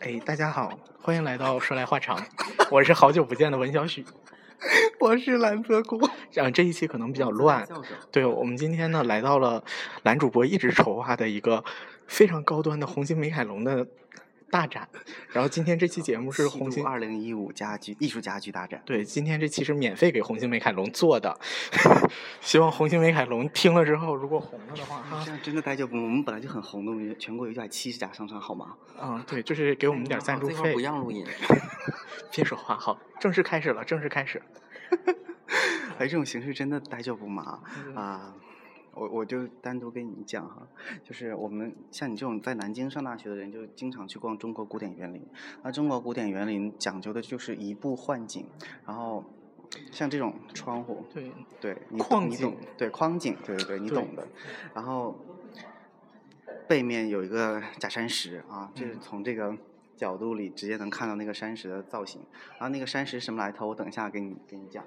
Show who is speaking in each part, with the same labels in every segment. Speaker 1: 哎，大家好，欢迎来到说来话长，我是好久不见的文小许。
Speaker 2: 我是蓝泽国，
Speaker 1: 嗯、这一期可能比较乱，对我们今天呢来到了男主播一直筹划的一个非常高端的红星美凯龙的大展，然后今天这期节目是红星。
Speaker 2: 二零一五家居艺术家具大展，
Speaker 1: 对，今天这期是免费给红星美凯龙做的， 希望红星美凯龙听了之后，如果红了的话，啊哈
Speaker 2: 这，样真的待久不，我们本来就很红的，我们全国有一百七十家商场，好吗？啊
Speaker 1: 嗯，对，就是给我们点
Speaker 2: 哎
Speaker 1: 赞助费
Speaker 3: 不。让 录音。
Speaker 1: 别说话，好，正式开始了，正式开始。
Speaker 2: 哎，这种形式真的待久不嘛
Speaker 1: 嗯
Speaker 2: 啊！我我就单独跟你讲哈，就是我们像你这种在南京上大学的人，就经常去逛中国古典园林。那中国古典园林讲究的就是移步换景，然后像这种窗户，
Speaker 1: 对，
Speaker 2: 对，你
Speaker 1: 框
Speaker 2: 懂你懂
Speaker 1: 景，
Speaker 2: 对框景，对对对，你
Speaker 1: 对
Speaker 2: 懂的。然后背面有一个假山石啊，就是
Speaker 1: 嗯
Speaker 2: 从这个角度里直接能看到那个山石的造型。然后那个山石什么来头，我等一下给你给你讲。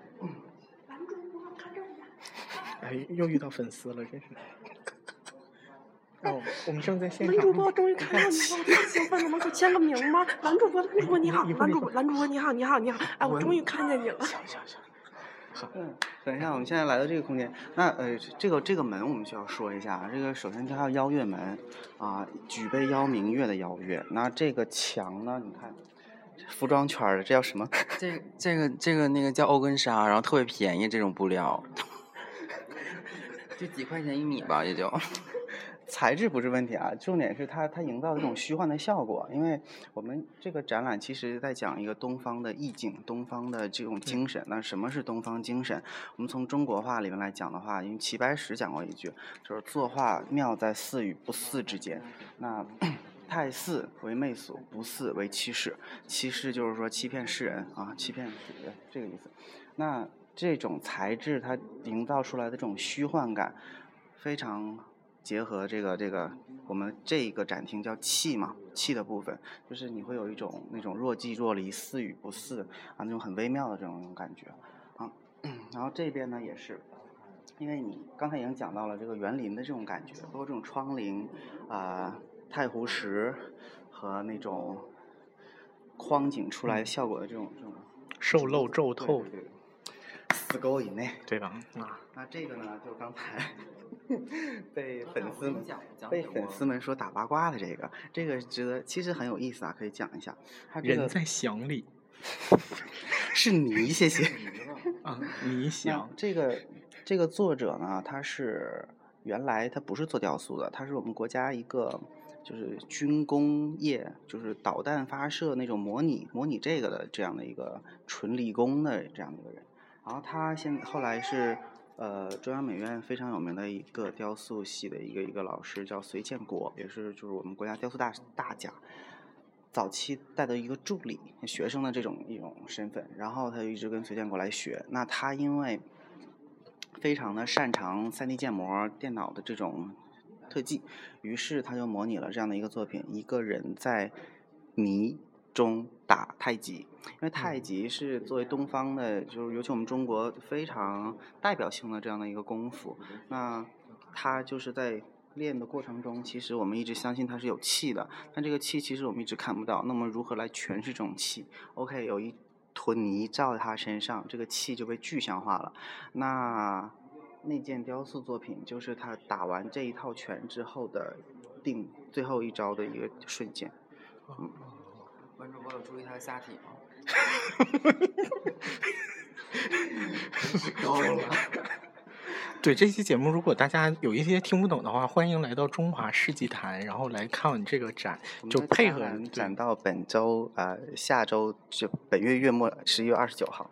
Speaker 1: 哎，又遇到粉丝了，真是。哦，我们正在现场。
Speaker 3: 男主播终于看到你了，我 太兴奋了！我说签个名 吗？男主播，男主播你好，
Speaker 1: 一会儿一
Speaker 3: 男主
Speaker 1: 会
Speaker 3: 播，
Speaker 1: 儿
Speaker 3: 男主播你好，你好，你好！哎，我
Speaker 1: 我
Speaker 3: 终于看见你了。
Speaker 1: 行行行，
Speaker 2: 嗯，等一下，我们现在来到这个空间，那呃，这个这个门我们需要说一下，啊这个首先它叫邀月门啊、举杯邀明月的邀月。那这个墙呢，你看。服装圈儿的，这叫什么？
Speaker 4: 这这个这个那个叫欧根纱，然后特别便宜，这种布料， 就几块钱一米吧，也就。
Speaker 2: 材质不是问题啊，重点是它它营造的这种虚幻的效果。啊因为我们这个展览其实在讲一个东方的意境，东方的这种精神。那什么是东方精神？我们从中国画里面来讲的话，因为齐白石讲过一句，就是作画妙在似与不似之间。那 太似为媚俗，不似为欺世。欺世就是说欺骗世人啊，欺骗呃这个意思。那这种材质它营造出来的这种虚幻感，非常结合这个这个我们这一个展厅叫气嘛，气的部分，就是你会有一种那种若即若离、似与不似啊，那种很微妙的这种感觉啊。 然后这边呢也是。因为你刚才已经讲到了这个园林的这种感觉，包括这种窗棂，啊、太湖石和那种框景出来效果的这种这种
Speaker 1: 受漏皱
Speaker 2: 对
Speaker 1: 透，
Speaker 2: 对对死沟以内
Speaker 1: 对吧？嗯
Speaker 2: 啊。那这个呢，就刚才 被粉丝们被粉丝
Speaker 4: 们
Speaker 2: 们说打八卦的这个，这个值得其实很有意思啊，可以讲一下。它这
Speaker 1: 人
Speaker 2: 个
Speaker 1: 在想里
Speaker 2: 是泥，谢 谢。
Speaker 1: 啊，你
Speaker 2: 那
Speaker 1: 想，
Speaker 2: 这个这个作者呢，他是原来他不是做雕塑的，他是我们国家一个就是军工业，就是导弹发射那种模拟模拟这个的这样的一个纯理工的这样的一个人。然后他现后来是呃中央美院非常有名的一个雕塑系的一个一个老师叫隋建国，也是就是我们国家雕塑大大家。早期带的一个助理学生的这种一种身份，然后他就一直跟隋建国来学。那他因为非常的擅长 3D 建模、电脑的这种特技，于是他就模拟了这样的一个作品：一个人在泥中打太极。因为太极是作为东方的，就是尤其我们中国非常代表性的这样的一个功夫。
Speaker 4: 嗯
Speaker 2: 那它就是在练的过程中，其实我们一直相信它是有气的，但这个气其实我们一直看不到。那么如何来诠释这种气？OK，有一坨泥罩在他身上，这个气就被具象化了。那那件雕塑作品就是他打完这一套拳之后的定最后一招的一个瞬间。
Speaker 4: 哦
Speaker 2: 嗯
Speaker 4: 观众朋友注意他的下体哦 吗？
Speaker 2: 够了。
Speaker 1: 对这期节目，如果大家有一些听不懂的话，欢迎来到中华世纪坛，然后来看这个展，就配合
Speaker 2: 展到本周呃下周就本月月末十一月二十九号。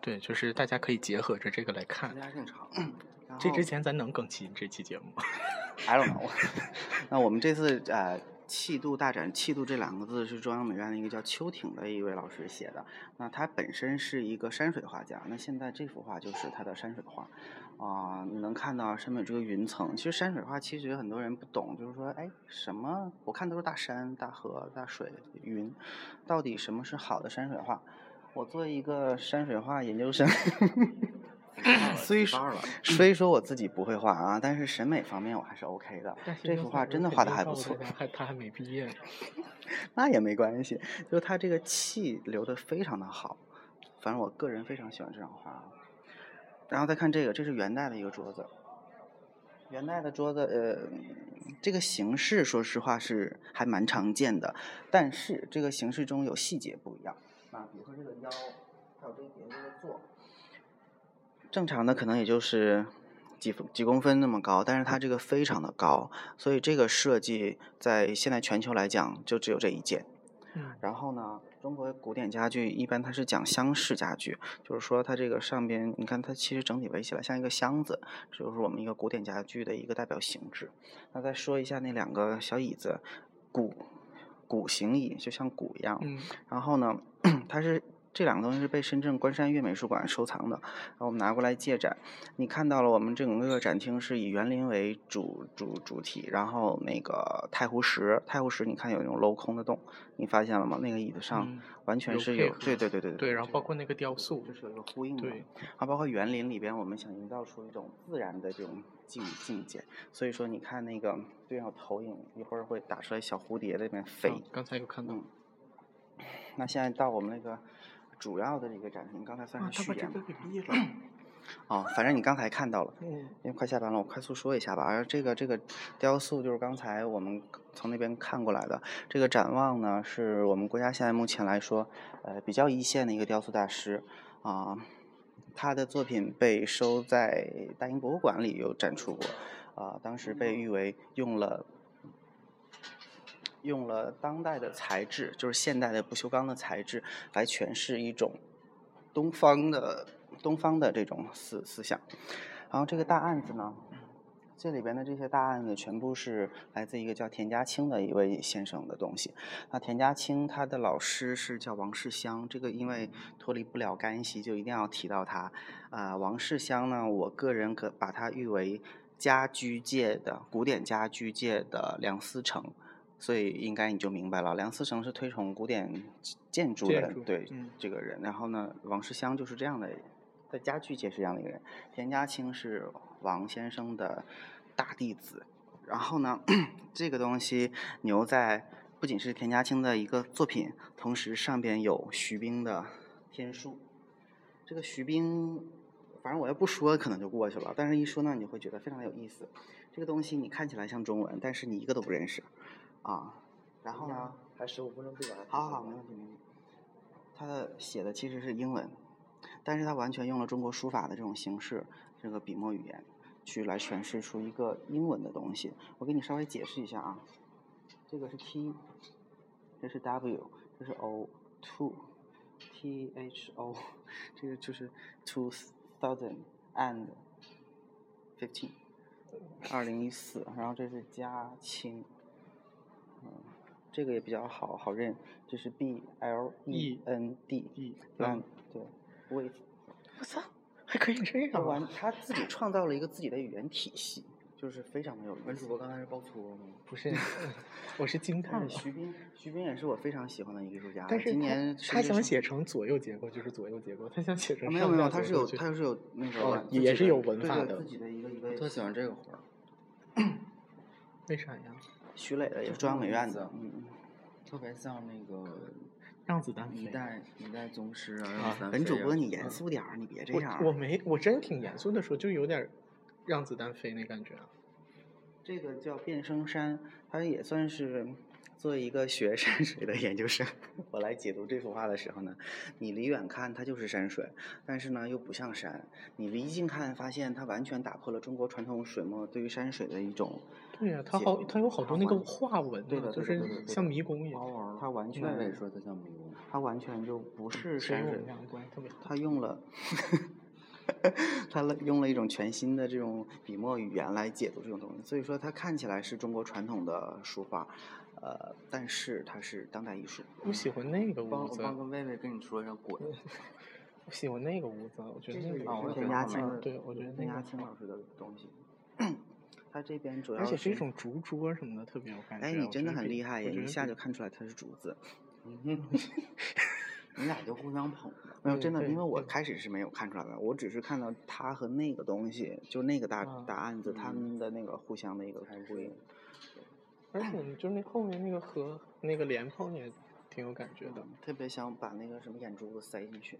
Speaker 1: 对，就是大家可以结合着这个来看
Speaker 4: 时。间还挺 长。
Speaker 2: 然
Speaker 1: 啊这
Speaker 2: 后
Speaker 1: 之前咱能更新这期节目吗？
Speaker 2: I don't know 。 那我们这次呃气度大展，气度这两个字是中央美院的一个叫邱挺的一位老师写的。那他本身是一个山水画家，那现在这幅画就是他的山水画。啊、你能看到上面有这个云层。其实山水画其实很多人不懂，就是说，哎，什么？我看都是大山、大河、大水、云，到底什么是好的山水画？我作为一个山水画研究生， 虽说虽说我自己不会画啊，但是审美方面我还是 OK 的。这幅画真的画的还 不错。
Speaker 1: 他还他还没毕业呢。
Speaker 2: 那也没关系，就他这个气流的非常的好，反正我个人非常喜欢这张画啊。然后再看这个，这是元代的一个桌子，元代的桌子，呃，这个形式说实话是还蛮常见的，但是这个形式中有细节不一样。啊，比如说这个腰，还有这一节这个坐，正常的可能也就是几分几公分那么高，但是它这个非常的高，所以这个设计在现在全球来讲就只有这一件。
Speaker 1: 嗯
Speaker 2: 然后呢，中国古典家具一般它是讲箱式家具，就是说它这个上边，你看它其实整体围起来像一个箱子，这就是我们一个古典家具的一个代表形制。那再说一下那两个小椅子，鼓鼓形椅，就像鼓一样。
Speaker 1: 嗯，
Speaker 2: 然后呢， 它是这两个东西是被深圳关山月美术馆收藏的，然后我们拿过来借展。你看到了，我们整个展厅是以园林为主主主体，然后那个太湖石，太湖石你看有那种镂空的洞，你发现了吗？那个椅子上
Speaker 1: 嗯
Speaker 2: 完全
Speaker 1: 有
Speaker 2: 是
Speaker 1: 配
Speaker 2: 有，
Speaker 1: 合
Speaker 2: 对对对对
Speaker 1: 对，然后
Speaker 2: 这
Speaker 1: 包
Speaker 2: 个
Speaker 1: 括那个雕塑
Speaker 2: 这，是有一个呼应的。
Speaker 1: 对，
Speaker 2: 啊，包括园林里边，我们想营造出一种自然的这种境境界，所以说你看那个对角投影，一会儿会打出来小蝴蝶在那边飞。
Speaker 1: 啊刚才有看到
Speaker 2: 嗯，那现在到我们那个主要的这个展厅，刚才算
Speaker 1: 啊，
Speaker 2: 是
Speaker 1: 他
Speaker 2: 序
Speaker 1: 把这
Speaker 2: 言
Speaker 1: 个
Speaker 2: 吧。
Speaker 1: 给毕业了，
Speaker 2: 哦，反正你刚才看到了，
Speaker 1: 嗯，
Speaker 2: 因为快下班了，我快速说一下吧。而这个这个雕塑就是刚才我们从那边看过来的。这个展望呢，是我们国家现在目前来说，呃，比较一线的一个雕塑大师啊、他的作品被收在大英博物馆里有展出过，啊、当时被誉为用了。用了当代的材质，就是现代的不锈钢的材质，来诠释一种东方的东方的这种思思想。然后这个大案子呢，这里边的这些大案子全部是来自一个叫田家清的一位先生的东西。那田家清他的老师是叫王世襄，这个因为脱离不了干系，就一定要提到他。啊、王世襄呢，我个人可把他誉为家居界的古典家居界的梁思成。所以应该你就明白了，梁思成是推崇古典建筑的，
Speaker 1: 建筑
Speaker 2: 对、
Speaker 1: 嗯
Speaker 2: 这个人。然后呢，王世襄就是这样的人，在家具界是这样的一个人。田家清是王先生的大弟子，然后呢， 这个东西牛在不仅是田家清的一个作品，同时上边有徐冰的天书。这个徐冰，反正我要不说可能就过去了，但是一说呢，你会觉得非常有意思。这个东西你看起来像中文，但是你一个都不认识，啊，然后呢？
Speaker 1: 还十五分钟就完了
Speaker 2: 好好，没问题，没问题。他写的其实是英文，但是他完全用了中国书法的这种形式，这个笔墨语言，去来诠释出一个英文的东西。我给你稍微解释一下啊，这个是 T，这是 W，这是 O two。T H O，这 个就是 two thousand and fifteen，二零一四，然后这是嘉清，这个也比较好好认，这是 B L E N D，
Speaker 1: E，
Speaker 2: 嗯，对，with，
Speaker 1: 我操，还可以这
Speaker 2: 他
Speaker 1: 样
Speaker 2: 完
Speaker 1: 啊？
Speaker 2: 他自己创造了一个自己的语言体系，就是非常的有意思。
Speaker 4: 播刚才是爆粗了吗？
Speaker 1: 不 是，我是惊叹
Speaker 2: 但
Speaker 1: 了。
Speaker 2: 是徐冰，徐冰也是我非常喜欢的一个艺术家。
Speaker 1: 但是
Speaker 2: 啊今
Speaker 1: 他
Speaker 2: 年
Speaker 1: 他
Speaker 2: 甚至
Speaker 1: 想
Speaker 2: 是
Speaker 1: 写成左右结构就是左右结构，他想写成
Speaker 2: 啊没有
Speaker 1: 上
Speaker 2: 没
Speaker 1: 下
Speaker 2: 有，他
Speaker 1: 左
Speaker 2: 是
Speaker 1: 右
Speaker 2: 有
Speaker 1: 就
Speaker 2: 他是有那个
Speaker 1: 哦
Speaker 2: 文自
Speaker 1: 也
Speaker 2: 己
Speaker 1: 是
Speaker 2: 的
Speaker 1: 有文
Speaker 2: 对
Speaker 1: 法
Speaker 2: 对
Speaker 1: 的
Speaker 2: 自己的一个一
Speaker 4: 我特
Speaker 2: 个
Speaker 4: 喜欢这个活儿，
Speaker 1: 为啥呀？
Speaker 2: 徐磊的也
Speaker 4: 就是是
Speaker 2: 中央
Speaker 4: 那
Speaker 2: 美
Speaker 4: 个
Speaker 2: 院
Speaker 4: 意思
Speaker 2: 的
Speaker 4: 啊，
Speaker 2: 嗯，
Speaker 4: 特别像那个
Speaker 1: 让子弹
Speaker 4: 一
Speaker 1: 飞。
Speaker 4: 代一代宗师啊，
Speaker 1: 啊
Speaker 4: 让咱
Speaker 2: 文主
Speaker 4: 飞啊
Speaker 2: 播你严肃点儿，你别这样
Speaker 1: 我我
Speaker 2: 儿。
Speaker 1: 没我真挺严肃的说，就有点儿让子弹飞那感觉啊。
Speaker 2: 这个叫变声山，他也算是作为一个学 山水的研究生，我来解读这幅画的时候呢，你离远看它就是山水，但是呢又不像山，你离近看发现它完全打破了中国传统水墨对于山水的一种，
Speaker 1: 对呀、它
Speaker 2: 解
Speaker 1: 好，它有好多那个花纹
Speaker 2: 对
Speaker 1: 呢，
Speaker 2: 的
Speaker 1: 就
Speaker 2: 对的对
Speaker 1: 是
Speaker 2: 的对的
Speaker 1: 像迷宫一样。
Speaker 2: 它完全
Speaker 4: 那位说他像迷宫，
Speaker 2: 它完全就不是
Speaker 1: 所以
Speaker 2: 山
Speaker 1: 我
Speaker 2: 水
Speaker 1: 们。俩关系特别好。
Speaker 2: 他用了， 他了用了一种全新的这种笔墨语言来解读这种东西，所以说它看起来是中国传统的书画，呃，但是它是当代艺术。
Speaker 1: 我喜欢那个屋
Speaker 4: 帮我
Speaker 1: 子，
Speaker 4: 帮跟魏魏跟你说一声滚，
Speaker 1: 我喜欢那个屋子，哦我觉得
Speaker 2: 这
Speaker 1: 那
Speaker 2: 个
Speaker 1: 个
Speaker 4: 啊
Speaker 1: 屋
Speaker 4: 我
Speaker 1: 子
Speaker 4: 也
Speaker 2: 田
Speaker 4: 觉
Speaker 1: 好看
Speaker 2: 家
Speaker 4: 得
Speaker 2: 清
Speaker 4: 蛮
Speaker 2: 的，
Speaker 1: 对，我觉得那
Speaker 2: 田
Speaker 1: 个
Speaker 2: 家
Speaker 1: 好
Speaker 2: 清
Speaker 1: 看。
Speaker 2: 老师的东西，他这边主要
Speaker 1: 而且是一种竹桌什么的，特别有感觉。
Speaker 2: 哎，
Speaker 1: 我
Speaker 2: 你
Speaker 1: 觉
Speaker 2: 真的
Speaker 1: 得
Speaker 2: 很
Speaker 1: 比
Speaker 2: 厉害
Speaker 1: 我
Speaker 2: 耶！
Speaker 1: 觉
Speaker 2: 一
Speaker 1: 得
Speaker 4: 嗯
Speaker 2: 下
Speaker 1: 比
Speaker 2: 就看出来它是竹子。你俩就互相捧。没有，
Speaker 1: 对
Speaker 2: 真的，
Speaker 1: 对
Speaker 2: 因为我
Speaker 1: 对
Speaker 2: 开始是没有看出来的，我只是看到他和那个东西，就那个大
Speaker 1: 啊
Speaker 2: 大案子，他们的那个互相的一个呼应。
Speaker 1: 而且你就那后面那个河那个莲蓬也挺有感觉的。
Speaker 2: 嗯特别想把那个什么眼珠子塞进去。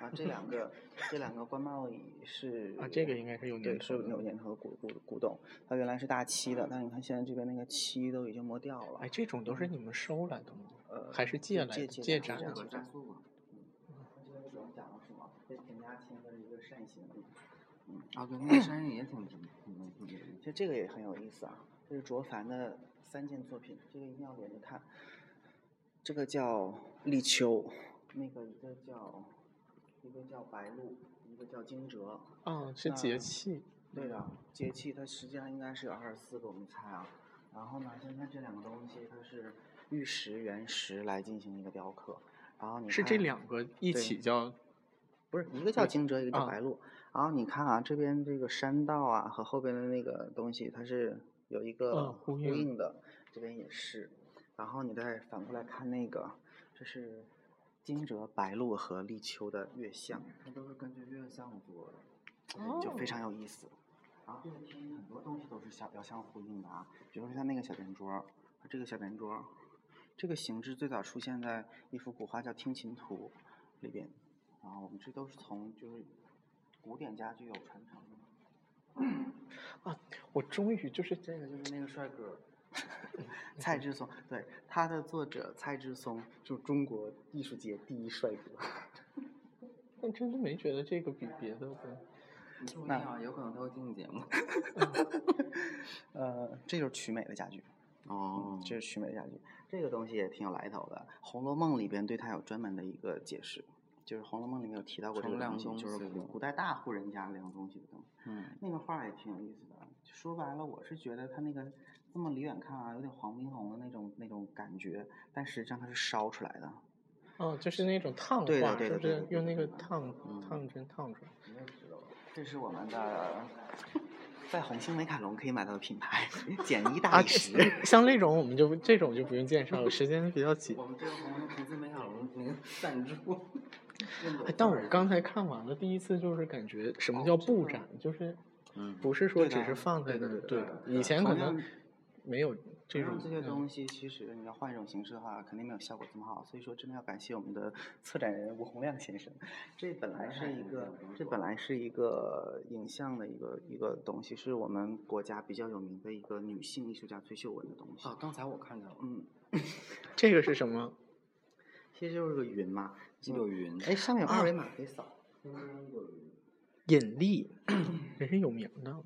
Speaker 2: 啊，这 两个这两个关贸椅是
Speaker 1: 啊这个应该是有年
Speaker 2: 对，是
Speaker 1: 头的
Speaker 2: 有年头的古古古董，它原来是大漆的，但是你看现在这边那个漆都已经磨掉
Speaker 1: 嗯
Speaker 2: 了
Speaker 1: 哎，。这种都是你们收来的吗？
Speaker 2: 嗯呃，
Speaker 1: 还是借来
Speaker 2: 借
Speaker 1: 的借
Speaker 2: 展
Speaker 1: 展的
Speaker 2: 展素嘛。嗯，今天主要讲的是什么？对田家谦的一个善行。嗯，
Speaker 4: 啊，对，那个山也挺挺挺挺
Speaker 2: 其实这个也很有意思啊，这是卓凡的三件作品，这个一定要连着看。这个叫立秋，那个一个叫一个叫白露，一个叫惊蛰。
Speaker 1: 啊，是节气。
Speaker 2: 对的，
Speaker 1: 嗯
Speaker 2: 节气它实际上应该是有二十四个，我们猜啊。然后呢，现在这两个东西它是玉石原石来进行一个雕刻，然后你
Speaker 1: 是这
Speaker 2: 看
Speaker 1: 两个一
Speaker 2: 对
Speaker 1: 起叫
Speaker 2: 不是一个叫惊蛰，一个叫
Speaker 1: 啊
Speaker 2: 白鹿。然后你看啊，这边这个山道啊和后边的那个东西，它是有一个
Speaker 1: 嗯
Speaker 2: 呼
Speaker 1: 呼应
Speaker 2: 应的，这边也是。然后你再反过来看那个，这是惊蛰、白鹿和立秋的月相，它都是根据月相做的。
Speaker 3: 哦
Speaker 2: 就非常有意思。然后这个厅很多东西都是相遥相呼应的啊，比如说像那个小圆桌儿，这个小圆桌儿，这个形制最早出现在一幅古画叫《听琴图》里边，然后我们这都是从就是古典家具有传承的。
Speaker 1: 我终于就是
Speaker 2: 这个就是那个帅哥， 蔡志松，对，他的作者蔡志松就是中国艺术界第一帅哥。
Speaker 1: 但真的没觉得这个比别的更
Speaker 4: 挺。
Speaker 2: 那
Speaker 4: 那有可能他会听你节目。
Speaker 2: 呃，这就是曲美的家具。
Speaker 4: 哦
Speaker 2: 嗯，这是曲美家具，这个东西也挺有来头的，《红楼梦》里边对它有专门的一个解释，就是《红楼梦》里面有提到过这
Speaker 4: 从
Speaker 2: 个东
Speaker 4: 量
Speaker 2: 西，
Speaker 4: 东
Speaker 2: 就是
Speaker 4: 西
Speaker 2: 古古代大户人家量东西的东西。
Speaker 4: 嗯，
Speaker 2: 那个画儿也挺有意思的，说白了，我是觉得它那个这么离远看啊，有点黄宾虹的那种那种感觉，但实际上它是烧出来的。
Speaker 1: 哦，就是那种烫
Speaker 2: 对的
Speaker 1: 化，
Speaker 2: 对
Speaker 1: 是
Speaker 2: 的
Speaker 1: 不
Speaker 2: 对的
Speaker 1: 是
Speaker 2: 对
Speaker 1: 用
Speaker 2: 的
Speaker 1: 那个
Speaker 2: 对的
Speaker 1: 烫
Speaker 2: 嗯
Speaker 1: 烫针烫出来？
Speaker 2: 这是我们的在红星美凯龙可以买到的品牌，简易大
Speaker 1: 啊，
Speaker 2: 理石。
Speaker 1: 这像这种我们就这种就不用介绍 了，时间比较紧。
Speaker 4: 我们这个红红字美卡龙那个 赞助。
Speaker 1: 哎，但我刚才看完了，第一次就是感觉什么叫布展，就是
Speaker 4: 嗯
Speaker 1: 不是说
Speaker 2: 哦对
Speaker 1: 只
Speaker 2: 的
Speaker 1: 是放在
Speaker 2: 对
Speaker 1: 那
Speaker 2: 的
Speaker 1: 儿，
Speaker 2: 对
Speaker 1: 对
Speaker 2: 的
Speaker 1: 的，
Speaker 2: 对的
Speaker 1: 以前可
Speaker 2: 同
Speaker 1: 能
Speaker 2: 样
Speaker 1: 没有这
Speaker 2: 然
Speaker 1: 种
Speaker 2: 后这些
Speaker 1: 嗯
Speaker 2: 东西，其实你要换一种形式的话，肯定没有效果这么好。所以说，真的要感谢我们的策展人吴洪亮先生。这本来是一个，这本来是一个影像的一个一个东西，是我们国家比较有名的一个女性艺术家崔秀文的东西。
Speaker 1: 哦
Speaker 4: 啊，刚才我看到了，
Speaker 2: 嗯，
Speaker 1: 这个是什么？
Speaker 2: 其实就是个云嘛，
Speaker 4: 这有云。
Speaker 2: 哎，上面有
Speaker 1: 啊
Speaker 2: 二维码可以扫。
Speaker 1: 引力也是有名的。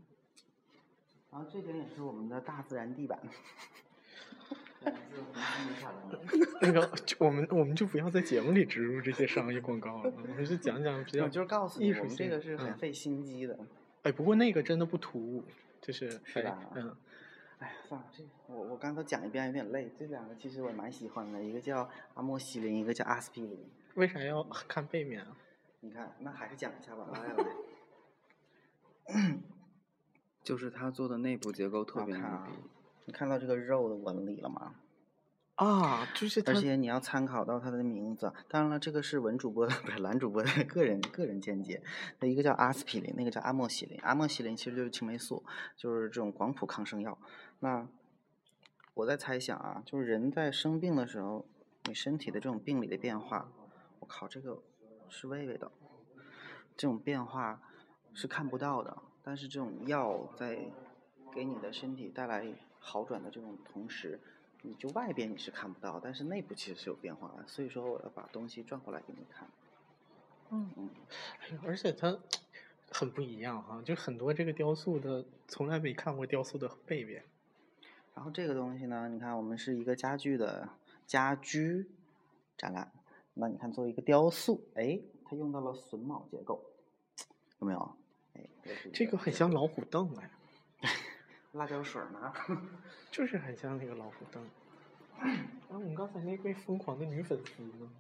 Speaker 2: 然后这边也是我们的大自然地板。
Speaker 1: 那个，就我们我们就不要在节目里植入这些商业广告了，我们就讲讲比较
Speaker 2: 我就是告诉你，
Speaker 1: 艺
Speaker 2: 我
Speaker 1: 术
Speaker 2: 们这
Speaker 1: 性
Speaker 2: 个是很
Speaker 1: 嗯
Speaker 2: 费心机的。
Speaker 1: 哎，不过那个真的不突兀，就是
Speaker 2: 是
Speaker 1: 哎
Speaker 2: 吧
Speaker 1: 嗯，
Speaker 2: 哎呀，算了，这我我刚才讲一遍有点累。这两个其实我蛮喜欢的，一个叫阿莫西林，一个叫阿司匹林。
Speaker 1: 为啥要看背面啊？
Speaker 2: 你看，那还是讲一下吧，来来 来，
Speaker 4: 就是他做的内部结构特
Speaker 2: 好
Speaker 4: 别
Speaker 2: 看
Speaker 4: 牛
Speaker 2: 啊
Speaker 4: 逼。
Speaker 2: 你看到这个肉的纹理了吗？
Speaker 1: 啊，就是它
Speaker 2: 而且你要参考到它的名字，当然了，这个是文主播不是蓝主播的个人个人见解。那一个叫阿司匹林，那个叫阿莫西林。阿莫西林其实就是青霉素，就是这种广谱抗生药。那我在猜想啊，就是人在生病的时候，你身体的这种病理的变化，我靠，这个是魏魏的，这种变化是看不到的。但是这种药在给你的身体带来好转的这种同时，你就外边你是看不到，但是内部其实是有变化的。所以说，我要把东西转过来给你看。嗯
Speaker 1: 哎呦而且它很不一样哈、就很多这个雕塑的从来没看过雕塑的背面。
Speaker 2: 然后这个东西呢，你看我们是一个家具的家居展览，那你看作为一个雕塑，哎，它用到了榫卯结构，有没有？哎，是一
Speaker 1: 这个很像老虎凳哎，
Speaker 2: 辣椒水儿呢。
Speaker 1: 就是很像那个老虎 凳。哎，我们刚才那位疯狂的女粉丝呢？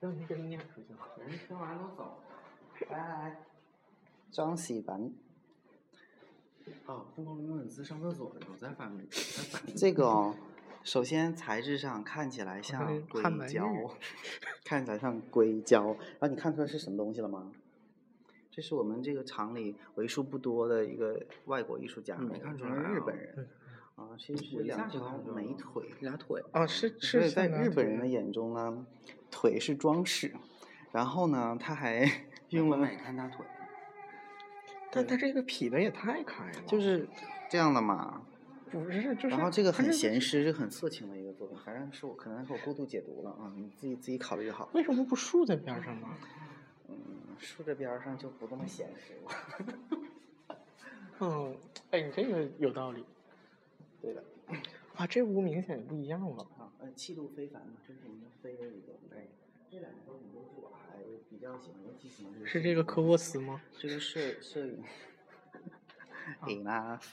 Speaker 1: 让那个人撵出去了。
Speaker 2: 人听完都走，来来来，张喜文。
Speaker 4: 哦 啊，疯狂的粉丝上厕所的时候才反应，才反应
Speaker 2: 这个哦，首先材质上看起来
Speaker 1: 像
Speaker 2: 像
Speaker 1: 是
Speaker 2: 硅
Speaker 1: 汉白
Speaker 2: 胶
Speaker 1: 玉，
Speaker 2: 看起来像硅胶。然后你看出来是什么东西了吗？这是我们这个厂里为数不多的一个外国艺术家，
Speaker 4: 嗯
Speaker 2: 没看出来
Speaker 4: 嗯
Speaker 2: 日
Speaker 4: 啊
Speaker 2: 本人啊，其实
Speaker 4: 我
Speaker 2: 是
Speaker 4: 一下
Speaker 2: 两
Speaker 4: 就
Speaker 2: 条
Speaker 4: 看出来
Speaker 2: 美
Speaker 4: 了
Speaker 2: 腿。
Speaker 4: 俩腿
Speaker 1: 啊，是
Speaker 2: 所
Speaker 1: 是
Speaker 2: 以在
Speaker 1: 像那
Speaker 2: 日
Speaker 1: 种
Speaker 2: 本人的眼中呢，腿是装饰，然后呢，他还 用
Speaker 4: 我
Speaker 2: 了
Speaker 4: 没看他腿，
Speaker 1: 但他这个劈的也太开了，
Speaker 2: 就是这样的嘛。
Speaker 1: 不是就是，
Speaker 2: 然后这个
Speaker 1: 他
Speaker 2: 很咸湿，这很色情的一个作品，反正是我可能是我过度解读了啊，你自己自己考虑就好。
Speaker 1: 为什么不竖在边上呢？
Speaker 2: 嗯，竖着边儿上就不那么咸湿了。
Speaker 1: 嗯，哎，你这个有道理
Speaker 2: 对的，
Speaker 1: 啊，这屋明显不一样了。
Speaker 2: 啊，呃，气度非凡嘛，这是我们飞的一个，哎，这两个作品都是我还比较喜欢，尤其喜欢这个
Speaker 1: 是这个科沃斯吗？
Speaker 2: 这个摄摄影
Speaker 1: 啊
Speaker 2: ，enough。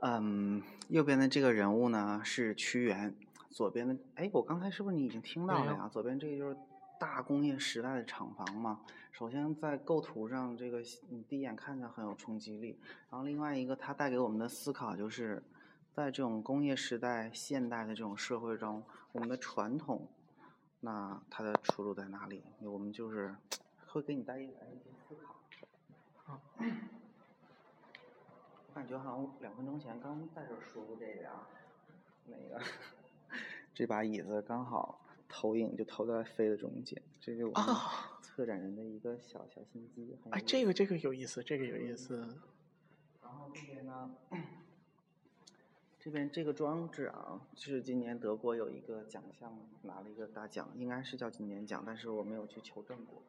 Speaker 2: 嗯，右边的这个人物呢是屈原，左边的哎，我刚才是不是你已经听到
Speaker 1: 没
Speaker 2: 了
Speaker 1: 有
Speaker 2: 呀？左边这个就是大工业时代的厂房嘛。首先在构图上，这个你第一眼看着很有冲击力，然后另外一个它带给我们的思考就是，在这种工业时代、现代的这种社会中，我们的传统，那它的出路在哪里？我们就是会给你带一来一些思考。我感觉好像两分钟前刚在这儿说过这个啊，那个这把椅子刚好投影就投在飞的中间，这是我们
Speaker 1: 啊
Speaker 2: 策展人的一个小小心机。很有
Speaker 1: 哎，
Speaker 2: 意
Speaker 1: 这
Speaker 2: 思
Speaker 1: 个这个有意思，这个有意思。
Speaker 2: 然后这边呢，这边这个装置啊，是今年德国有一个奖项拿了一个大奖，应该是叫金年奖，但是我没有去求证过。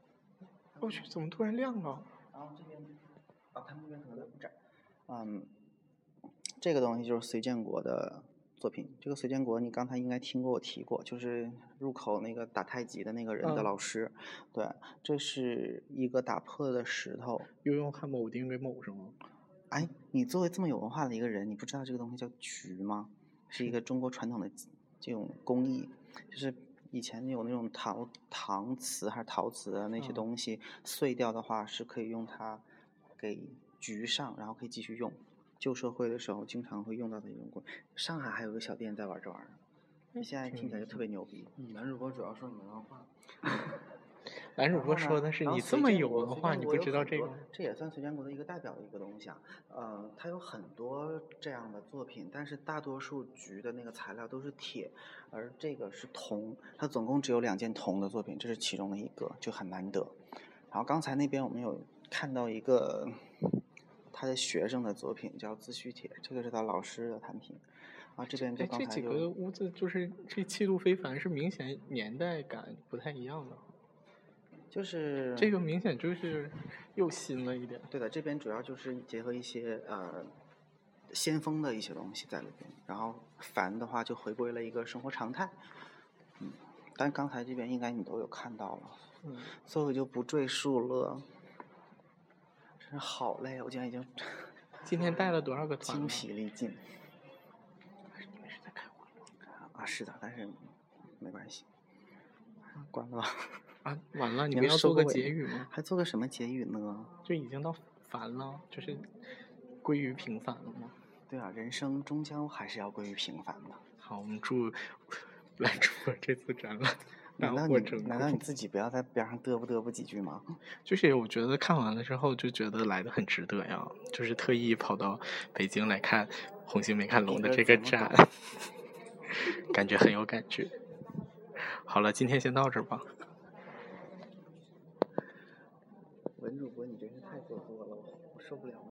Speaker 1: 我去，怎么突然亮了？
Speaker 2: 然后这边，啊，他们那边可能在布展。嗯，这个东西就是隋建国的作品。这个隋建国，你刚才应该听过我提过，就是入口那个打太极的那个人的
Speaker 1: 嗯
Speaker 2: 老师。对，这是一个打破的石头。
Speaker 1: 又用汉某钉给某上了。
Speaker 2: 哎，你作为这么有文化的一个人，你不知道这个东西叫菊吗？是
Speaker 1: 嗯
Speaker 2: 一个中国传统的这种工艺，就是以前有那种陶搪瓷还是陶瓷的那些
Speaker 1: 嗯
Speaker 2: 东西、碎掉的话，是可以用它给菊上，然后可以继续用。旧社会的时候经常会用到的一种工艺。上海还有个小店在玩这玩意儿，现在
Speaker 1: 嗯挺有
Speaker 2: 听起来
Speaker 1: 意
Speaker 2: 就
Speaker 1: 思
Speaker 2: 特别牛逼。
Speaker 4: 男嗯主播主要说你文化，
Speaker 1: 男主
Speaker 2: 然后
Speaker 1: 播
Speaker 2: 呢
Speaker 1: 说的是
Speaker 2: 然后
Speaker 1: 你
Speaker 2: 隋
Speaker 1: 这么
Speaker 2: 建
Speaker 1: 有
Speaker 2: 国
Speaker 1: 文化，你不知道这？
Speaker 2: 隋建
Speaker 1: 个
Speaker 2: 国有很多这也算隋建国的一个代表的一个东西啊。呃，它有很多这样的作品，但是大多数菊的那个材料都是铁，而这个是铜。它总共只有两件铜的作品，这是其中的一个，就很难得。然后刚才那边我们有看到一个他的学生的作品，叫《自叙帖》，这个是他老师的弹品。啊，这边就
Speaker 1: 哎，
Speaker 2: 刚
Speaker 1: 这
Speaker 2: 才
Speaker 1: 几
Speaker 2: 就
Speaker 1: 个屋子就是这气度非凡，是明显年代感不太一样的。
Speaker 2: 就是
Speaker 1: 这个明显就是又新了一点。
Speaker 2: 对的，这边主要就是结合一些呃先锋的一些东西在里边，然后凡的话就回归了一个生活常态。嗯，但刚才这边应该你都有看到了，
Speaker 1: 嗯，
Speaker 2: 所以我就不赘述了。真是好累，啊我今天已经
Speaker 1: 今天带了多少个团
Speaker 2: 精
Speaker 1: 呢？
Speaker 2: 疲力尽
Speaker 1: 你们是在开会
Speaker 2: 啊！是的，但是没关系，关了吧。
Speaker 1: 啊？完了，你
Speaker 2: 你
Speaker 1: 们
Speaker 2: 们
Speaker 1: 要
Speaker 2: 收
Speaker 1: 做
Speaker 2: 个
Speaker 1: 个
Speaker 2: 尾
Speaker 1: 结语吗？
Speaker 2: 还做个什么结语呢？
Speaker 1: 就已经到烦了，就是归于平凡了吗？
Speaker 2: 对啊，人生终究还是要归于平凡的。
Speaker 1: 好，我们祝蓝主播这次展览
Speaker 2: 难道
Speaker 1: 大
Speaker 2: 你
Speaker 1: 获成
Speaker 2: 难道你
Speaker 1: 功。
Speaker 2: 自己不要在边上嘚啵嘚啵几句吗？
Speaker 1: 就是我觉得看完了之后就觉得来的很值得呀，就是特意跑到北京来看红星没看龙的这个展， 感觉很有感觉。好了，今天先到这儿吧。
Speaker 2: 文主播，你真是太做作了，我受不了。